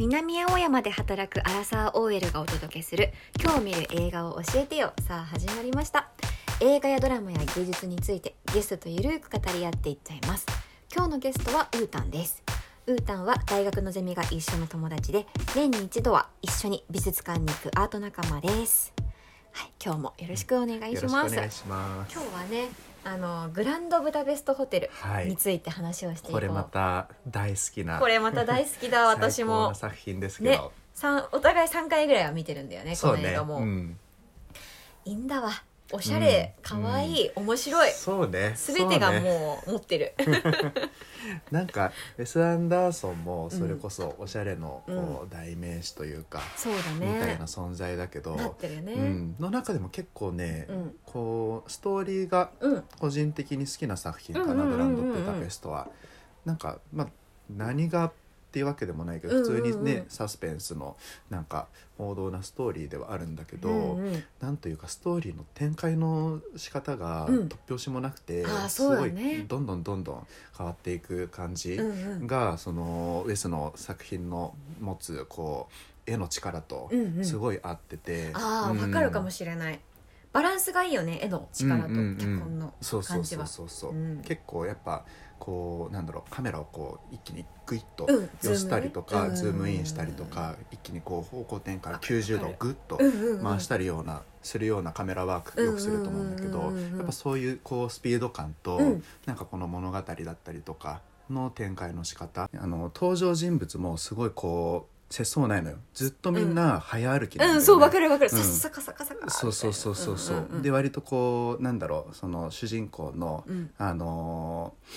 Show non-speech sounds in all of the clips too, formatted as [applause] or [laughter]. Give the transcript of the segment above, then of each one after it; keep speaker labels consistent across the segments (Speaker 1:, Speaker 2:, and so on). Speaker 1: 南青山で働くアラサー OL がお届けする「今日見る映画を教えてよ」さあ始まりました映画やドラマや芸術についてゲストとゆるーく語り合っていっちゃいます今日のゲストはうーたんですうーたんは大学のゼミが一緒の友達で年に一度は一緒に美術館に行くアート仲間ですはい今日もよろしくお願い
Speaker 2: よ
Speaker 1: し
Speaker 2: ろしくお
Speaker 1: ます
Speaker 2: 願いします。
Speaker 1: 今日はねあのグランドブダペストホテル
Speaker 2: は
Speaker 1: に
Speaker 2: い。
Speaker 1: ついて話をしていこ
Speaker 2: こ
Speaker 1: う、
Speaker 2: れまた大好きな。
Speaker 1: これまた大好きだ私
Speaker 2: [laughs] 最高
Speaker 1: も
Speaker 2: な作品ですけ
Speaker 1: ね
Speaker 2: ど。
Speaker 1: 三お互い3回ぐらいは見てるんだよねこ
Speaker 2: そ
Speaker 1: の
Speaker 2: う
Speaker 1: 映
Speaker 2: ね。
Speaker 1: 画も、
Speaker 2: ん。
Speaker 1: いいんだわおしゃれ、
Speaker 2: うん
Speaker 1: かわいい面白い
Speaker 2: そうね。
Speaker 1: 全てが
Speaker 2: そうね
Speaker 1: もう持ってる
Speaker 2: なんかウェスアンダーソンもそれこそおしゃれのこう代名詞というか、
Speaker 1: そうだ
Speaker 2: みたい
Speaker 1: ね
Speaker 2: な存在だけど、
Speaker 1: なってるよね
Speaker 2: う、んの中でも結構ね、
Speaker 1: うん
Speaker 2: こうストーリーが
Speaker 1: うん
Speaker 2: 個人的に好きな作品かな、
Speaker 1: うんうんうんうんうん
Speaker 2: グランド・ブダペストは。なんか、まあ、何がっていうわけでもないけど
Speaker 1: うん
Speaker 2: 普
Speaker 1: うんうん
Speaker 2: 通にね、サスペンスのなんか王道なストーリーではあるんだけど、
Speaker 1: うんうん
Speaker 2: なんというかストーリーの展開の仕方が
Speaker 1: うん
Speaker 2: 突拍子もなくて、
Speaker 1: あー
Speaker 2: す
Speaker 1: そうだ
Speaker 2: ごい
Speaker 1: ね
Speaker 2: どんどんどんどん変わっていく感じ
Speaker 1: うんうん
Speaker 2: が、そのウェスの作品の持つこう絵の力と
Speaker 1: うんうん
Speaker 2: すごい合ってて、
Speaker 1: ああ
Speaker 2: うん
Speaker 1: 分かるかもしれないバランスがいいよね絵の力と
Speaker 2: うんうんうん
Speaker 1: 脚本の
Speaker 2: そうそう
Speaker 1: 感じ
Speaker 2: そ
Speaker 1: は
Speaker 2: うそうそう、
Speaker 1: うん
Speaker 2: 結構やっぱこうなんだろうカメラをこう一気にグイッと
Speaker 1: うん
Speaker 2: 寄せたりとか、
Speaker 1: ズ
Speaker 2: ズ
Speaker 1: ー
Speaker 2: ー
Speaker 1: ムね
Speaker 2: ムインしたりとか、一気にこう方向転換
Speaker 1: わかる
Speaker 2: 90
Speaker 1: わ
Speaker 2: 度
Speaker 1: か
Speaker 2: グッと
Speaker 1: うんうんうん
Speaker 2: 回したりような、するようなカメラワークよくすると思うんだけど、
Speaker 1: うんうんうんうんうん
Speaker 2: やっぱそういうこうスピード感と、
Speaker 1: うん
Speaker 2: なんかこの物語だったりとかの展開の仕方あの登場人物もすごいこう節操ないのよずっとみんな早歩きなんだよね
Speaker 1: うんそう分かる分かる
Speaker 2: う
Speaker 1: さ
Speaker 2: ん
Speaker 1: さかさかさか
Speaker 2: そうそうそうそうそう,、
Speaker 1: んんん
Speaker 2: で割とこうなんだろうその主人公の、
Speaker 1: うん
Speaker 2: あのー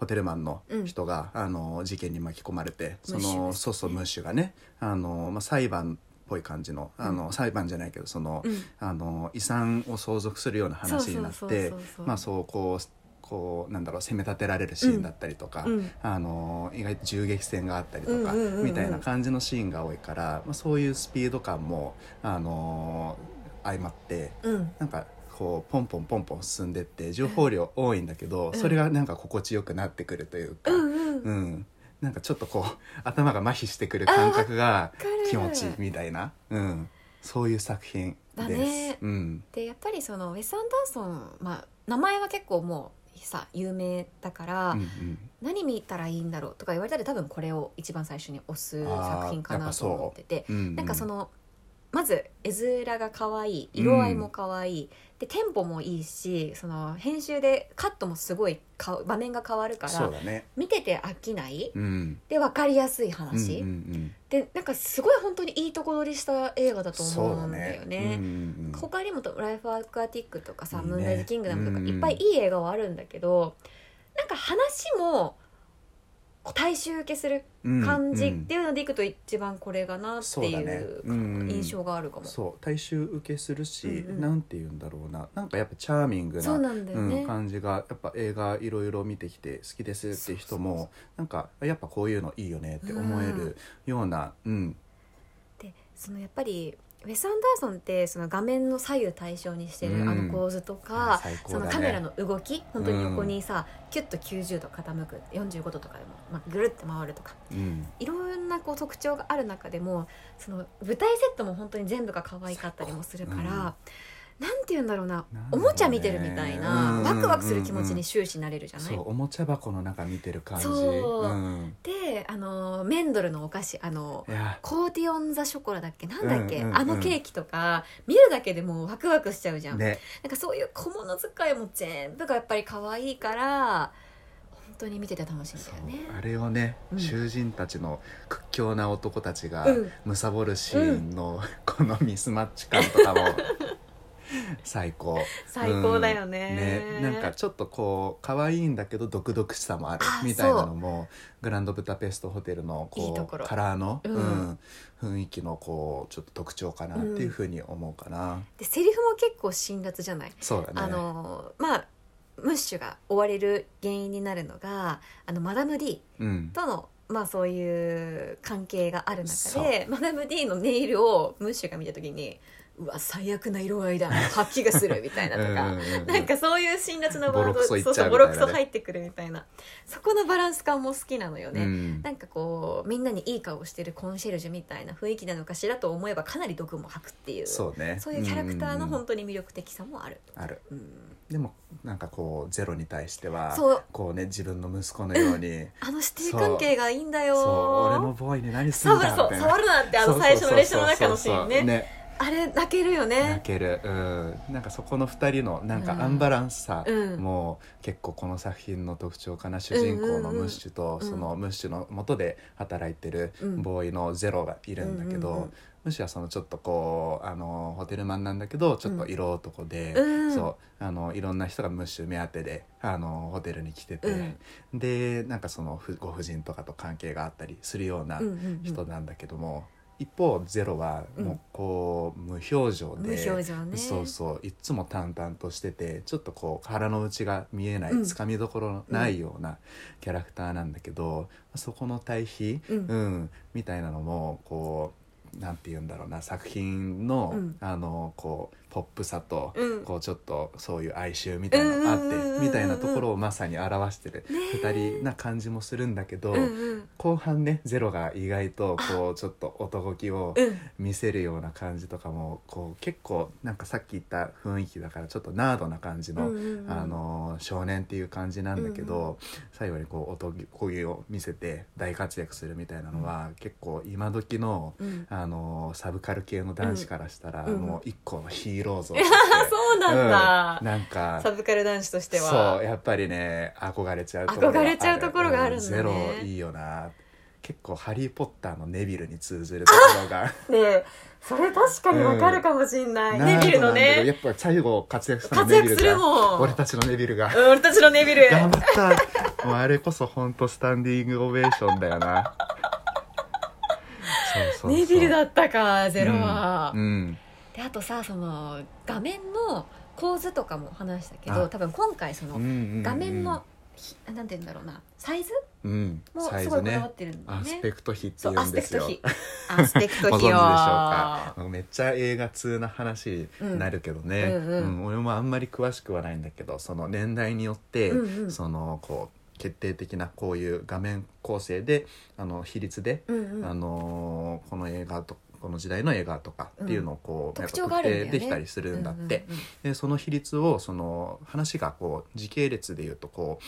Speaker 2: ホテルマンの人が、あのー事件に巻き込まれて
Speaker 1: ム
Speaker 2: そ
Speaker 1: ッシュ
Speaker 2: の
Speaker 1: ですね
Speaker 2: そうそうムッシュがね、あのーまあ、裁判っぽい感じのあの、裁判じゃないけどその、
Speaker 1: うん
Speaker 2: あのー遺産を相続するような話になっ
Speaker 1: そうそうそう
Speaker 2: て
Speaker 1: そうそう
Speaker 2: まあそうこうこうなんだろう責め立てられるシーンだったりとか、
Speaker 1: うん
Speaker 2: あのー意外と銃撃戦があったりとか、
Speaker 1: うんうんうんうん
Speaker 2: みたいな感じのシーンが多いから、まあ、そういうスピード感も、あのー相まって
Speaker 1: うん
Speaker 2: なんかこうポンポンポンポン進んでって情報量多いんだけ
Speaker 1: う
Speaker 2: ど、
Speaker 1: ん
Speaker 2: それがなんか心地よくなってくるというか、
Speaker 1: う
Speaker 2: うん
Speaker 1: んうん
Speaker 2: なんかちょっとこう頭が麻痺してくる感覚が
Speaker 1: かる
Speaker 2: 気持ちいいみたいな、うん、そういう作品
Speaker 1: だ
Speaker 2: です。
Speaker 1: ね
Speaker 2: うん
Speaker 1: でやっぱりそのウェス・アンダーソン、まあ、名前は結構もうさ有名だから、
Speaker 2: うんうん
Speaker 1: 何見たらいいんだろうとか言われたら多分これを一番最初に推す作品かな
Speaker 2: あーやっぱ
Speaker 1: と
Speaker 2: そう
Speaker 1: 思ってて、
Speaker 2: うんうん
Speaker 1: なんかそのまず絵面が可愛い色合いも可愛い、でテンポもいいしその編集でカットもすごいか場面が変わるか
Speaker 2: そ
Speaker 1: ら
Speaker 2: うだね、
Speaker 1: 見てて飽きない
Speaker 2: うん
Speaker 1: で分かりやすい
Speaker 2: うんうん
Speaker 1: 話、
Speaker 2: うん、
Speaker 1: でなんかすごい本当にいいとこ取りした映画だと
Speaker 2: そう
Speaker 1: 思う
Speaker 2: だ
Speaker 1: んだよ
Speaker 2: ね。
Speaker 1: ね
Speaker 2: うん。うんうん
Speaker 1: 他にもと「ライフ・アクアティック」とかさ「
Speaker 2: いいね
Speaker 1: ムーンライズ・キングダム」とか
Speaker 2: うん
Speaker 1: いっぱいいい映画はあるんだけど、なんか話もこう大衆受けする感じっていうのでいくと一番これがなって
Speaker 2: そうだね
Speaker 1: いう
Speaker 2: うんうんうん
Speaker 1: 印象があるかも、
Speaker 2: そう大衆受けするし、
Speaker 1: うんうん
Speaker 2: なんて言うんだろうななんかやっぱチャーミングな
Speaker 1: そうなんだよね
Speaker 2: うん、感じがやっぱ映画いろいろ見てきて好きですっていう人も
Speaker 1: そうそう
Speaker 2: なんかやっぱこういうのいいよねって思えるような、うん
Speaker 1: でそのやっぱりウェス・アンダーソンってその画面の左右対称にしてる
Speaker 2: うん
Speaker 1: あの構図とか、
Speaker 2: 最高
Speaker 1: そ
Speaker 2: だ
Speaker 1: の
Speaker 2: ね
Speaker 1: カメラの動き本当に横にさ、キュッと90度傾く45度とかでも、まあ、ぐるって回るとか
Speaker 2: うん
Speaker 1: いろんなこう特徴がある中でもその舞台セットも本当に全部が可愛かったりもするから、
Speaker 2: うん
Speaker 1: なんて言うんだろうな
Speaker 2: なん
Speaker 1: お
Speaker 2: だろうね
Speaker 1: もちゃ見てるみたいな、
Speaker 2: うん
Speaker 1: ワクワクする気持ちに終始なれるじゃない、
Speaker 2: そうおもちゃ箱の中見てる感じ、
Speaker 1: そうんであのメンドルのお菓子あの
Speaker 2: いや
Speaker 1: コーティオン・ザ・ショコラだっけなんだっけ、
Speaker 2: うんうんうん
Speaker 1: あのケーキとか見るだけでもうワクワクしちゃうじゃん、
Speaker 2: ね
Speaker 1: なんかそういう小物使いも全部がやっぱり可愛いから本当に見てて楽しいん
Speaker 2: そ
Speaker 1: だ
Speaker 2: う
Speaker 1: よね
Speaker 2: あれをね、
Speaker 1: うん
Speaker 2: 囚人たちの屈強な男たちが
Speaker 1: うん
Speaker 2: 貪るシーンのこのミスマッチ感と
Speaker 1: [laughs]
Speaker 2: かも最高
Speaker 1: 最高だよね,、
Speaker 2: うんねなんかちょっとこう可愛いんだけど毒々しさもある
Speaker 1: あ
Speaker 2: みたいなのもグランドブダペストホテルのこう
Speaker 1: いいところ
Speaker 2: カラーの、
Speaker 1: うん
Speaker 2: うん雰囲気のこうちょっと特徴かなっていうふうに思うかな、
Speaker 1: でセリフも結構辛辣じゃない
Speaker 2: そうだね
Speaker 1: あのまあムッシュが追われる原因になるのがあのマダム D
Speaker 2: うん、
Speaker 1: とのまあそういう関係がある中
Speaker 2: そ
Speaker 1: でマダム D のネイルをムッシュが見た時にうわ最悪な色合いだ吐きがす
Speaker 2: [laughs]
Speaker 1: るみたいなとか、
Speaker 2: うんうんうん
Speaker 1: なんかそういう辛辣なワード
Speaker 2: ボロクソ言っちゃ
Speaker 1: そううそう
Speaker 2: みた
Speaker 1: ボ
Speaker 2: いなね
Speaker 1: ロクソ入ってくるみたいなそこのバランス感も好きなのよね、
Speaker 2: うん
Speaker 1: なんかこうみんなにいい顔してるコンシェルジュみたいな雰囲気なのかしらと思えばかなり毒も吐くっていう
Speaker 2: そうね
Speaker 1: そういうキャラクターの
Speaker 2: うんうんうん
Speaker 1: 本当に魅力的さもある、
Speaker 2: ある
Speaker 1: うん
Speaker 2: でもなんかこうゼロに対しては
Speaker 1: そう
Speaker 2: こうね自分の息子のように
Speaker 1: あのシティ関係がいいんだよ
Speaker 2: そう俺もボーイに何すん
Speaker 1: 触
Speaker 2: だ
Speaker 1: る
Speaker 2: み
Speaker 1: そう
Speaker 2: たい
Speaker 1: 触
Speaker 2: な
Speaker 1: るなってあ
Speaker 2: そ
Speaker 1: の
Speaker 2: うそうそう
Speaker 1: 最
Speaker 2: そう
Speaker 1: 初の列車の中のシーンね
Speaker 2: ね
Speaker 1: あれ泣けるよ
Speaker 2: 泣
Speaker 1: ね
Speaker 2: けるうんなんかそこの二人のなんか
Speaker 1: うん
Speaker 2: アンバランスさ
Speaker 1: うん
Speaker 2: もう結構この作品の特徴かな主人公のムッシュと
Speaker 1: うん
Speaker 2: そのムッシュの元で働いてる
Speaker 1: うん
Speaker 2: ボーイのゼロがいるんだ
Speaker 1: うん
Speaker 2: け
Speaker 1: うんう
Speaker 2: ど
Speaker 1: ん
Speaker 2: ムッシュはそのちょっとこうあのホテルマンなんだけどちょっと色男で
Speaker 1: うん
Speaker 2: そうあのいろんな人がムッシュ目当てであのホテルに来てて
Speaker 1: うん
Speaker 2: でなんかそのふご婦人とかと関係があったりするような
Speaker 1: うんうんうん
Speaker 2: 人なんだけども、一方ゼロはもうこう無表情で、
Speaker 1: 無表情ね
Speaker 2: そうそういっつも淡々としててちょっとこう腹の内が見えない
Speaker 1: うん
Speaker 2: つかみどころのないようなキャラクターなんだけど、そこの対比、
Speaker 1: うん
Speaker 2: うんみたいなのもこうなんて言うんだろうな作品の、
Speaker 1: うん
Speaker 2: あのこうポップさと、
Speaker 1: うん
Speaker 2: こうちょっとそういう哀愁みたいなのがあって、
Speaker 1: うんうんうんうんうん
Speaker 2: みたいなところをまさに表してる
Speaker 1: ね
Speaker 2: 二人な感じもするんだけど。
Speaker 1: うんうん
Speaker 2: 後半ねゼロが意外とこうちょっと男気を
Speaker 1: うん [laughs]
Speaker 2: 見せるような感じとかもこう結構なんかさっき言った雰囲気だからちょっとナードな感じの、
Speaker 1: うんうんうん
Speaker 2: あの少年っていう感じなんだけど、
Speaker 1: うんう
Speaker 2: 最後にこう男気を見せて大活躍するみたいなのは結構今時の
Speaker 1: うん
Speaker 2: あのサブカル系の男子からしたら
Speaker 1: うんうん
Speaker 2: もう一個のヒーロー像と
Speaker 1: いや
Speaker 2: して、
Speaker 1: [laughs] そうなんだ
Speaker 2: うん、なんか
Speaker 1: サブカル男子としては
Speaker 2: そうやっぱりね憧れちゃうところが
Speaker 1: 憧れちゃうところがあるんだね
Speaker 2: ゼロいいよな結構「ハリー・ポッター」のネビルに通ずるところが
Speaker 1: ねそれ確かにわかるかもしんない、
Speaker 2: な
Speaker 1: ネ
Speaker 2: んと
Speaker 1: ビルの
Speaker 2: なんだけどや
Speaker 1: ね
Speaker 2: っぱ最後活躍したの
Speaker 1: 活
Speaker 2: ネビ
Speaker 1: 躍
Speaker 2: ル
Speaker 1: する
Speaker 2: が
Speaker 1: もん
Speaker 2: 俺たちのネビルが
Speaker 1: うん俺たちのネビル
Speaker 2: 頑張ったもうあれこそ本当スタンディングオベーションだよなそうそうそう
Speaker 1: ネビルだったかゼロは、
Speaker 2: うんうん
Speaker 1: であとさその画面の構図とかも話したけ
Speaker 2: あ
Speaker 1: ど多分今回そ
Speaker 2: うん
Speaker 1: の
Speaker 2: うんうん
Speaker 1: 画面の、ひなんて言うんだろうなサイズ
Speaker 2: うん
Speaker 1: も
Speaker 2: サ
Speaker 1: す
Speaker 2: イ
Speaker 1: ごい
Speaker 2: ズ
Speaker 1: こだわ
Speaker 2: ね
Speaker 1: ってるんだよ
Speaker 2: ア
Speaker 1: ね
Speaker 2: スペクト比って
Speaker 1: そ
Speaker 2: いうう
Speaker 1: ア
Speaker 2: ん
Speaker 1: スペ
Speaker 2: で
Speaker 1: ク
Speaker 2: す
Speaker 1: ト
Speaker 2: よ [laughs]
Speaker 1: 比アスペクト
Speaker 2: ご存知で
Speaker 1: 比
Speaker 2: しょう
Speaker 1: を
Speaker 2: かめっちゃ映画通な話になるけどね、
Speaker 1: うんうんうん
Speaker 2: うん俺もあんまり詳しくはないんだけどその年代によって、
Speaker 1: うんうん
Speaker 2: そのこう決定的なこういう画面構成であの比率で、
Speaker 1: うんうん
Speaker 2: あのーこの映画とこの時代の映画とかっていうのをこう、やっ
Speaker 1: 特
Speaker 2: ぱ
Speaker 1: 徴があるんだよね
Speaker 2: 特定できたりするんだって、
Speaker 1: うんうん
Speaker 2: でその比率をその話がこう時系列でいうとこ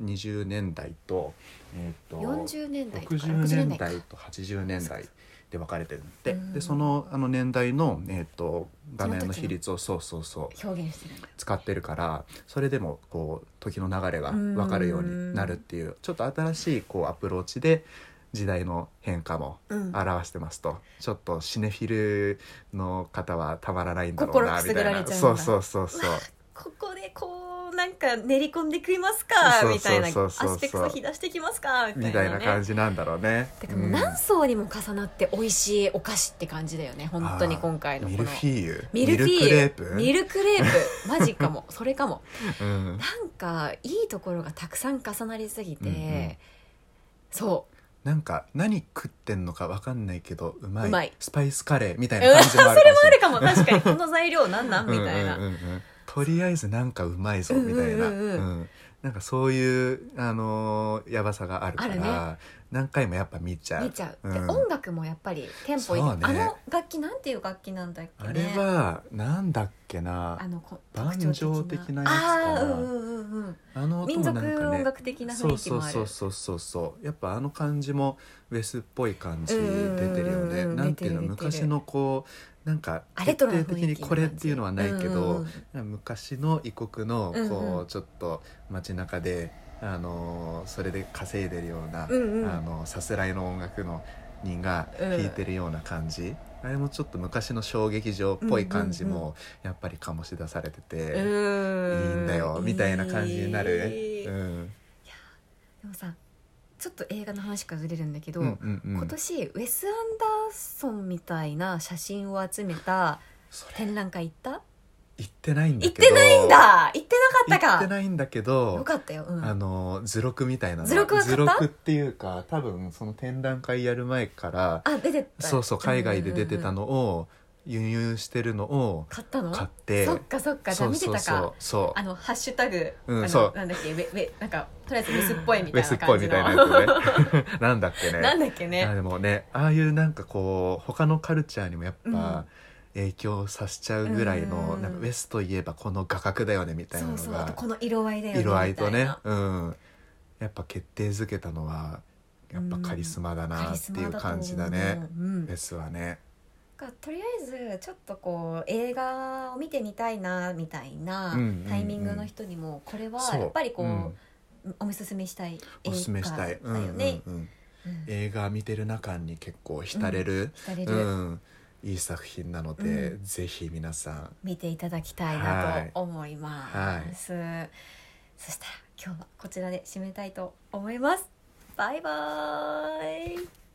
Speaker 2: う20年代と,、えー、と
Speaker 1: うん40年代とか
Speaker 2: 60
Speaker 1: 60年
Speaker 2: 年
Speaker 1: 代
Speaker 2: 代と80年代で分かれてるんだって
Speaker 1: うん
Speaker 2: でそのあの年代の、えー、と画面
Speaker 1: そ
Speaker 2: の
Speaker 1: の時の
Speaker 2: 比率をそうそうそう
Speaker 1: 表現してるんだ
Speaker 2: 使ってるからそれでもこう時の流れが分かるようになるっていうちょっと新しいこうアプローチで時代の変化も
Speaker 1: うん
Speaker 2: 表してますと、ちょっとシネフィルの方はたまらないんだろう
Speaker 1: 心く
Speaker 2: なみ
Speaker 1: すぐ
Speaker 2: た
Speaker 1: ら
Speaker 2: い
Speaker 1: れ
Speaker 2: な
Speaker 1: ちゃうんだ
Speaker 2: そうそうそうそう
Speaker 1: ここでこうなんか練り込んで食いますか
Speaker 2: そう
Speaker 1: みたいな
Speaker 2: そうそうそうそう
Speaker 1: アスペクト比出してきますかみ
Speaker 2: み
Speaker 1: た
Speaker 2: た
Speaker 1: い
Speaker 2: い
Speaker 1: な
Speaker 2: な
Speaker 1: ね
Speaker 2: 感じなんだろうね。
Speaker 1: てかもう何層にも重なって美味しいお菓子って感じだよね本当に今回の
Speaker 2: ミ
Speaker 1: こ
Speaker 2: ル
Speaker 1: の
Speaker 2: フィーユ
Speaker 1: ミルフィ
Speaker 2: ミルクレー
Speaker 1: ー
Speaker 2: プ
Speaker 1: ユミルクレープマジかもそれかも
Speaker 2: うん
Speaker 1: なんかいいところがたくさん重なりすぎて、
Speaker 2: うんうん
Speaker 1: そ
Speaker 2: なんか何食ってんのかわかんないけどうまいう
Speaker 1: まい
Speaker 2: スパイスカレーみた
Speaker 1: うう
Speaker 2: い
Speaker 1: ん
Speaker 2: な感じ
Speaker 1: そ
Speaker 2: も
Speaker 1: れ
Speaker 2: あ
Speaker 1: も
Speaker 2: るかもし
Speaker 1: あ
Speaker 2: れ
Speaker 1: るかも [laughs] 確かにこの材料なんなんみ
Speaker 2: ない
Speaker 1: たいな、
Speaker 2: うんうんうんうんとりあえずなんかうまいぞみたいな、
Speaker 1: うんうんうんうん
Speaker 2: うんなんかそういう、あのーやばさがあるから
Speaker 1: あ
Speaker 2: 何回もやっぱ見ちゃう
Speaker 1: 見ちゃう、
Speaker 2: ん
Speaker 1: で音楽もやっぱりテンポいい、
Speaker 2: そうね
Speaker 1: あの楽器なんていう楽器なんだっけ
Speaker 2: あ
Speaker 1: ね
Speaker 2: れはなんだっけ
Speaker 1: あ
Speaker 2: な
Speaker 1: のこ
Speaker 2: 盤
Speaker 1: 特徴
Speaker 2: 上的なやつかな
Speaker 1: あーうんうんうんうん
Speaker 2: あの音
Speaker 1: 民
Speaker 2: もなん
Speaker 1: 族
Speaker 2: か
Speaker 1: 音
Speaker 2: ね
Speaker 1: 楽的な
Speaker 2: そ
Speaker 1: 雰
Speaker 2: う
Speaker 1: 囲気
Speaker 2: そう
Speaker 1: もある
Speaker 2: そうそうそうそうやっぱあの感じもウェスっぽい感じ出てるよ
Speaker 1: うんうんう
Speaker 2: ね
Speaker 1: んうん
Speaker 2: なんていうの
Speaker 1: 出てる出てる
Speaker 2: 昔のこうなんか
Speaker 1: あレ
Speaker 2: 徹
Speaker 1: トロな雰
Speaker 2: 底
Speaker 1: 囲気
Speaker 2: 的にこれっていうのはないけど、
Speaker 1: うんうん
Speaker 2: 昔の異国のこう、
Speaker 1: うんうん
Speaker 2: ちょっと街中であのーそれで稼いでるような、
Speaker 1: うんうん
Speaker 2: あのーさすらいの音楽の人が弾いてるような感じ、あれもちょっと昔の小劇場っぽい感じ
Speaker 1: うんうん
Speaker 2: もやっぱり醸し出されてて、
Speaker 1: う
Speaker 2: いい
Speaker 1: ー
Speaker 2: んだよみたいな感じになる。
Speaker 1: いい
Speaker 2: うん
Speaker 1: でもさちょっと映画の話からずれるんだけど、
Speaker 2: うんうんうん
Speaker 1: 今年ウェス・アンダーソンみたいな写真を集めた
Speaker 2: それ
Speaker 1: 展覧会行った
Speaker 2: 行ってないんだ
Speaker 1: 行っ
Speaker 2: けど
Speaker 1: てないんだ行ってなか
Speaker 2: 行
Speaker 1: った
Speaker 2: って
Speaker 1: か
Speaker 2: ないんだけ
Speaker 1: よ
Speaker 2: ど
Speaker 1: かったよ、うん、
Speaker 2: あの図録みたいなの
Speaker 1: 図録は買った
Speaker 2: 図録っていうか多分その展覧会やる前から
Speaker 1: あ出てった
Speaker 2: そうそう海外で出てたのを、輸入してるのを
Speaker 1: 買ったの
Speaker 2: 買って
Speaker 1: そっかそっかじゃあ見てたか
Speaker 2: そうそうそう
Speaker 1: あのハッシュタグ、
Speaker 2: うん
Speaker 1: あ
Speaker 2: そ
Speaker 1: の
Speaker 2: う
Speaker 1: なんだっけウェウェなんかとりあえずウェスっぽいみ
Speaker 2: ウ
Speaker 1: たい
Speaker 2: ェス
Speaker 1: な
Speaker 2: っぽ
Speaker 1: 感
Speaker 2: い
Speaker 1: じ
Speaker 2: み
Speaker 1: の
Speaker 2: たいなやつね [laughs] なんだっけ
Speaker 1: [laughs]
Speaker 2: ね
Speaker 1: なんだっけ
Speaker 2: あ
Speaker 1: ね
Speaker 2: でもねああいうなんかこう他のカルチャーにもやっぱ影響させちゃうぐらいの、
Speaker 1: うん
Speaker 2: なんかウェスといえばこの画角だよねみたいな
Speaker 1: そうそ
Speaker 2: の
Speaker 1: うあと
Speaker 2: が
Speaker 1: この色合いだよね
Speaker 2: 色合いと
Speaker 1: みた
Speaker 2: ね
Speaker 1: な
Speaker 2: うんやっぱ決定づけたのはやっぱカリスマだなっていう感じだね、
Speaker 1: カリスマだと思ううん
Speaker 2: ウェスはね
Speaker 1: なんかとりあえずちょっとこう映画を見てみたいなみたいな
Speaker 2: うんうんうん
Speaker 1: タイミングの人にもこれは
Speaker 2: そう
Speaker 1: やっぱりこう、
Speaker 2: ん
Speaker 1: おすすめしたい映
Speaker 2: お
Speaker 1: 画
Speaker 2: すすめした
Speaker 1: だ
Speaker 2: い、
Speaker 1: よ
Speaker 2: うんうん
Speaker 1: ね。
Speaker 2: うん
Speaker 1: うん
Speaker 2: 映画見てる中に結構浸れる、
Speaker 1: され
Speaker 2: う
Speaker 1: る、
Speaker 2: んいい作品なので、
Speaker 1: う
Speaker 2: ぜひ皆さん
Speaker 1: 見ていただきたいなと思います、そしたら今日はこちらで締めたいと思いますバイバーイ